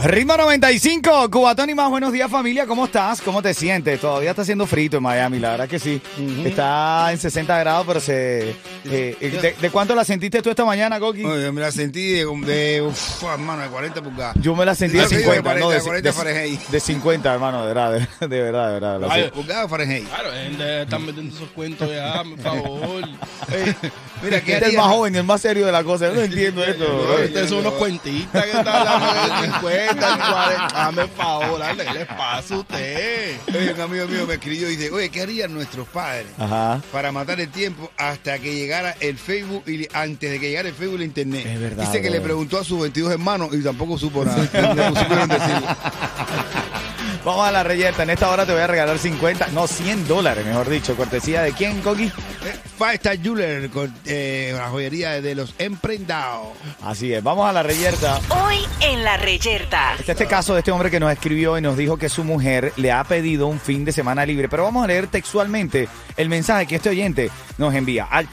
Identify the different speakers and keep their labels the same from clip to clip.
Speaker 1: Ritmo 95, Cubatón y más. Buenos días, familia. ¿Cómo estás? ¿Cómo te sientes? Todavía está haciendo frito en Miami, la verdad que sí. Está en 60 grados, pero se. eh, ¿de, de cuánto la sentiste tú esta mañana, Coqui?
Speaker 2: Oye, yo me la sentí de, de uf, hermano, de 40 pulgadas.
Speaker 1: Yo me la sentí de
Speaker 2: Yo digo de
Speaker 1: 50, no,
Speaker 2: 40,
Speaker 1: de,
Speaker 2: 40
Speaker 1: de-
Speaker 2: Fahrenheit.
Speaker 1: de 50, hermano, de verdad, de, de verdad, de verdad. la-
Speaker 2: Ay, pulgadas Fahrenheit.
Speaker 3: Claro, él eh, está metiendo esos cuentos ya, por favor.
Speaker 2: Mira,
Speaker 1: Este
Speaker 2: ¿qué
Speaker 1: es el
Speaker 2: harías?
Speaker 1: más joven, el más serio de la cosa. Yo no entiendo esto. bro.
Speaker 3: Ustedes son unos cuentistas que están hablando de 50, de 40. Dame el favor, dale, ¿qué les pasa a usted?
Speaker 2: Oye, un amigo mío me escribió y dice, oye, ¿qué harían nuestros padres?
Speaker 1: Ajá.
Speaker 2: para matar el tiempo hasta que llegara el Facebook y le- antes de que llegara el Facebook y el internet.
Speaker 1: Es verdad,
Speaker 2: Dice que
Speaker 1: bro.
Speaker 2: le preguntó a sus 22 hermanos y tampoco supo nada. No supieron decirle.
Speaker 1: Vamos a la reyerta. En esta hora te voy a regalar 50, no 100 dólares, mejor dicho. ¿Cortesía de quién, Coqui?
Speaker 2: Eh, Five Star Jeweler con eh, la joyería de los emprendados.
Speaker 1: Así es, vamos a la reyerta.
Speaker 4: Hoy en La Reyerta.
Speaker 1: Está este caso de este hombre que nos escribió y nos dijo que su mujer le ha pedido un fin de semana libre. Pero vamos a leer textualmente el mensaje que este oyente nos envía al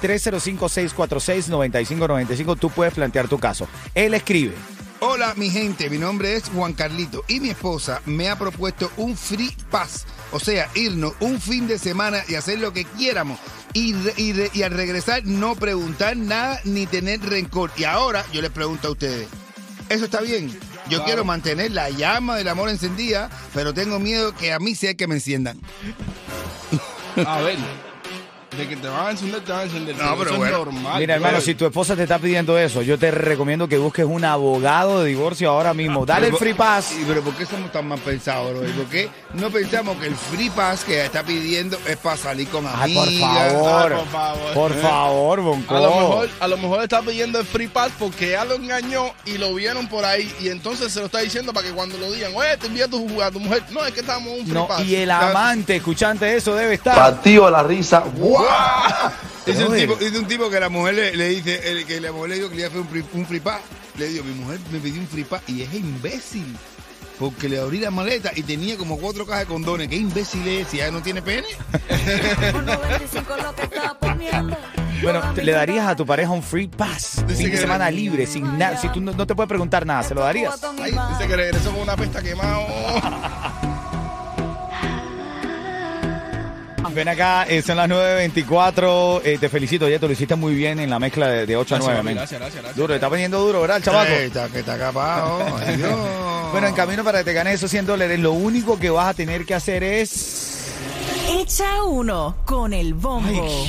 Speaker 1: 305-646-9595. Tú puedes plantear tu caso. Él escribe.
Speaker 2: Hola mi gente, mi nombre es Juan Carlito y mi esposa me ha propuesto un free pass, o sea, irnos un fin de semana y hacer lo que quieramos y, re- y re- y al regresar no preguntar nada ni tener rencor. Y ahora yo les pregunto a ustedes, ¿eso está bien? Yo quiero mantener la llama del amor encendida, pero tengo miedo que a mí sea que me enciendan.
Speaker 3: A ver, de que te van a encender, te van a encender.
Speaker 2: No,
Speaker 3: Eso
Speaker 2: pero
Speaker 3: es
Speaker 2: bueno.
Speaker 3: normal.
Speaker 1: Mira, hermano,
Speaker 3: brother.
Speaker 1: si tu esposa te está pidiendo eso, yo te recomiendo que busques un abogado de divorcio ahora mismo. Dale el free pass.
Speaker 2: Sí, pero ¿por qué somos tan mal pensados, bro? ¿Por qué no pensamos que el free pass que ella está pidiendo es para salir con amigas?
Speaker 1: Ay, por favor. Eh.
Speaker 3: ay, por favor.
Speaker 1: Por favor, Bonco.
Speaker 3: A lo, mejor, a lo mejor está pidiendo el free pass porque ya lo engañó y lo vieron por ahí y entonces se lo está diciendo para que cuando lo digan, oye, te envía a tu, a tu mujer. No, es que estamos en un free
Speaker 1: No,
Speaker 3: pass.
Speaker 1: y el
Speaker 3: Ya-
Speaker 1: amante, escuchante eso, debe estar.
Speaker 5: Partido a la risa.
Speaker 2: Dice un,
Speaker 1: Brother.
Speaker 2: tipo, dice un tipo que la mujer le, le dice, el, que la mujer le dijo que le iba a hacer un, free- un free pass. Le dijo, mi mujer me pidió un free pass y es imbécil. Porque le abrí la maleta y tenía como cuatro cajas de condones. ¿Qué imbécil es? Si ya no tiene pene.
Speaker 1: Bueno, te- le darías a tu pareja un free pass.
Speaker 3: Dice
Speaker 1: Fin de
Speaker 3: que-
Speaker 1: semana libre, sin nada. Si tú no, no te puedes preguntar nada, ¿se lo darías?
Speaker 3: Ay, dice que regresó con una pesta quemada.
Speaker 1: Ven acá, eh, son las 9.24. Eh, te felicito, ya te lo hiciste muy bien en la mezcla de, de 8 a
Speaker 3: Gracias,
Speaker 1: 9.
Speaker 3: papi,
Speaker 1: men.
Speaker 3: gracias, gracias, gracias.
Speaker 1: Duro, te está poniendo duro, ¿verdad, el chavaco?
Speaker 2: Eh, Está, que está capado. Ay, Dios.
Speaker 1: Bueno, en camino para que te ganes esos 100 dólares, lo único que vas a tener que hacer es...
Speaker 4: Echa uno con el bombo.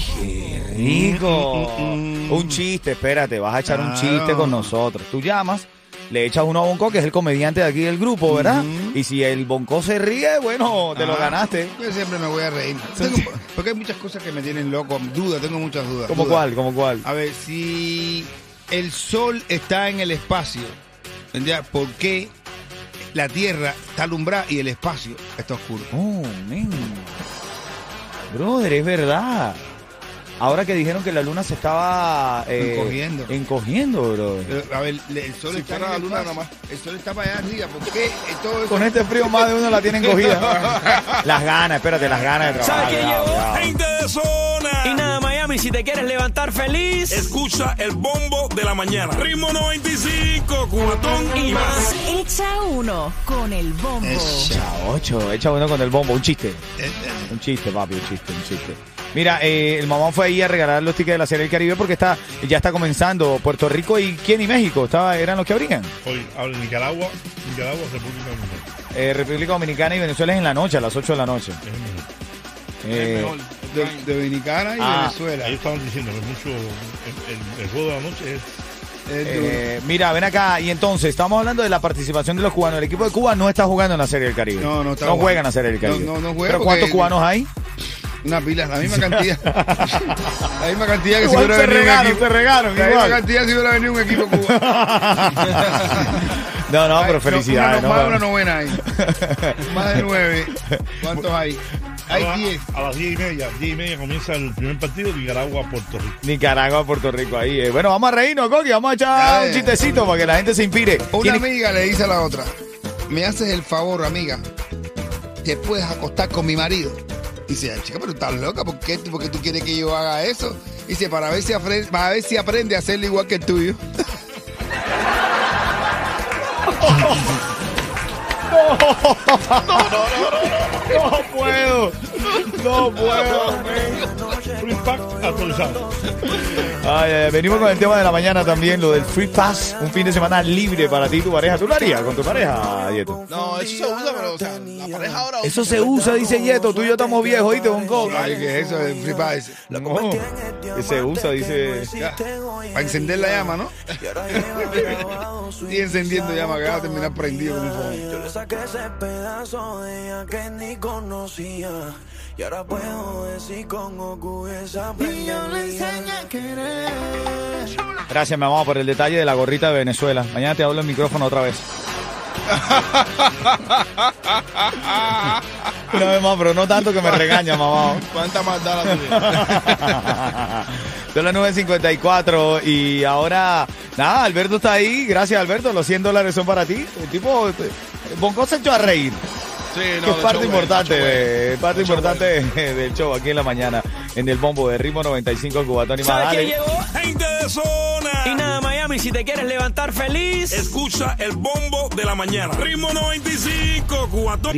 Speaker 1: Rico. Un chiste, espérate, vas a echar un
Speaker 2: Claro.
Speaker 1: chiste con nosotros. Tú llamas, le echas uno a Bonco, que es el comediante de aquí del grupo, ¿verdad? Y si el Bonco se ríe, bueno, te lo
Speaker 2: Ah,
Speaker 1: ganaste.
Speaker 2: Yo siempre me voy a reír. Tengo- porque hay muchas cosas que me tienen loco. Duda, tengo muchas dudas.
Speaker 1: ¿Cómo
Speaker 2: dudas.
Speaker 1: cuál? ¿Cómo cuál?
Speaker 2: A ver, si el sol está en el espacio, ¿entendés? ¿por qué la Tierra está alumbrada y el espacio está oscuro?
Speaker 1: Oh, men. Brother, es verdad. Ahora que dijeron que la luna se estaba... eh,
Speaker 2: Encogiendo.
Speaker 1: Encogiendo, brother.
Speaker 2: Pero, Eh, a ver, le- el sol
Speaker 3: Si
Speaker 2: está en
Speaker 3: fuera
Speaker 2: el
Speaker 3: la luna
Speaker 2: espacio,
Speaker 3: nada
Speaker 2: El sol está para allá arriba, ¿por qué eh, todo eso?
Speaker 1: Con este frío más de uno la tienen cogida. las ganas, espérate, las ganas de trabajar.
Speaker 6: ¿Sabes que
Speaker 1: bravo,
Speaker 6: llegó?
Speaker 1: bravo.
Speaker 6: Gente de zona. Y nada, Miami, si te quieres levantar feliz, escucha el bombo de la mañana. Ritmo 95, cubatón y más.
Speaker 4: Echa uno con el bombo.
Speaker 1: Echa ocho, echa uno con el bombo, un chiste.
Speaker 2: Eh,
Speaker 1: Un chiste, papi, un chiste, un chiste. Mira, eh, el mamón fue ahí a regalar los tickets de la Serie del Caribe porque está, ya está comenzando Puerto Rico y quién y México estaba, eran los que abrían.
Speaker 7: Hoy hablo de Nicaragua, Nicaragua, República Dominicana.
Speaker 1: Eh, República Dominicana y Venezuela es en la noche, a las 8 de la noche.
Speaker 7: Es el
Speaker 1: Eh,
Speaker 7: mejor.
Speaker 2: do- Dominicana y
Speaker 1: Ah.
Speaker 2: Venezuela.
Speaker 7: Ahí estaban diciendo que mucho el, el- el juego de la noche es
Speaker 1: Eh, mira, ven acá. Y entonces, estamos hablando de la participación de los cubanos. El equipo de Cuba no está jugando en la Serie del Caribe.
Speaker 2: No, no está
Speaker 1: No
Speaker 2: jugando.
Speaker 1: juegan en la Serie del Caribe.
Speaker 2: No, no, no juega
Speaker 1: ¿Pero
Speaker 2: porque-
Speaker 1: cuántos cubanos hay?
Speaker 2: Una pila, la misma cantidad. la misma cantidad que si
Speaker 1: Igual
Speaker 2: hubiera
Speaker 1: se
Speaker 2: venido
Speaker 1: regaron,
Speaker 2: un equipo.
Speaker 1: se regaron,
Speaker 2: La
Speaker 1: igual.
Speaker 2: misma cantidad si hubiera venido un equipo cubano.
Speaker 1: No, no,
Speaker 2: Ay,
Speaker 1: pero felicidades. no,
Speaker 2: Una, no, más
Speaker 1: bueno.
Speaker 2: una novena ahí. Más de nueve. ¿Cuántos hay? Hay diez.
Speaker 7: A las 10 y media, 10 y media comienza el primer partido Nicaragua-Puerto Rico.
Speaker 1: Nicaragua, Puerto Rico ahí. eh. Bueno, vamos a reírnos, Coqui. Vamos a echar
Speaker 2: Ay,
Speaker 1: un chistecito para que la gente se inspire.
Speaker 2: Una
Speaker 1: ¿Quién-
Speaker 2: amiga le dice a la otra, me haces el favor, amiga, te puedes acostar con mi marido. Dice, "Ay, chica, pero estás loca, ¿por qué, ¿Por qué tú quieres que yo haga eso? Dice, para ver si aprende, para ver si aprende a hacerlo igual que el tuyo.
Speaker 1: No puedo. No puedo.
Speaker 7: Free pack actualizado.
Speaker 1: Ay, ay, venimos con el tema de la mañana también, lo del Free Pass. Un fin de semana libre para ti y tu pareja. ¿Tú lo harías con tu pareja, Yeto?
Speaker 3: No, eso se usa, pero o sea, la pareja ahora
Speaker 1: Eso se usa, dice Yeto. Tú y yo estamos viejos, ¿oíste, Don Coqui?
Speaker 2: Ay, que eso es free pass.
Speaker 1: No. Se usa, dice.
Speaker 2: Para encender la llama, ¿no? Sigue encendiendo llama, que va a terminar prendido como un fogón.
Speaker 5: Yo le saqué ese pedazo de ella que ni conocía. Y ahora puedo decir con Goku esa Y yo le enseñé a querer.
Speaker 1: Gracias, mi mamá, por el detalle de la gorrita de Venezuela. Mañana te hablo el micrófono otra vez. Una vez más, pero no tanto que me regaña, mamá.
Speaker 3: cuánta maldad la tuya.
Speaker 1: Son las 9.54 y ahora, nada, Alberto está ahí. Gracias, Alberto. Los 100 dólares son para ti. El tipo, este, Bonco se echó a reír.
Speaker 3: Sí,
Speaker 1: que es
Speaker 3: de
Speaker 1: parte
Speaker 3: hecho,
Speaker 1: importante,
Speaker 3: bueno, de hecho,
Speaker 5: eh.
Speaker 1: de- parte
Speaker 3: Mucho
Speaker 1: importante de- del show aquí en la mañana, en el bombo de ritmo 95 el Cubatón y más.
Speaker 6: ¿Sabes quién
Speaker 1: Dale.
Speaker 6: llegó?
Speaker 8: Gente de zona.
Speaker 6: Y nada, Miami, si te quieres levantar feliz.
Speaker 8: Escucha el bombo de la mañana. Ritmo 95, cuatro.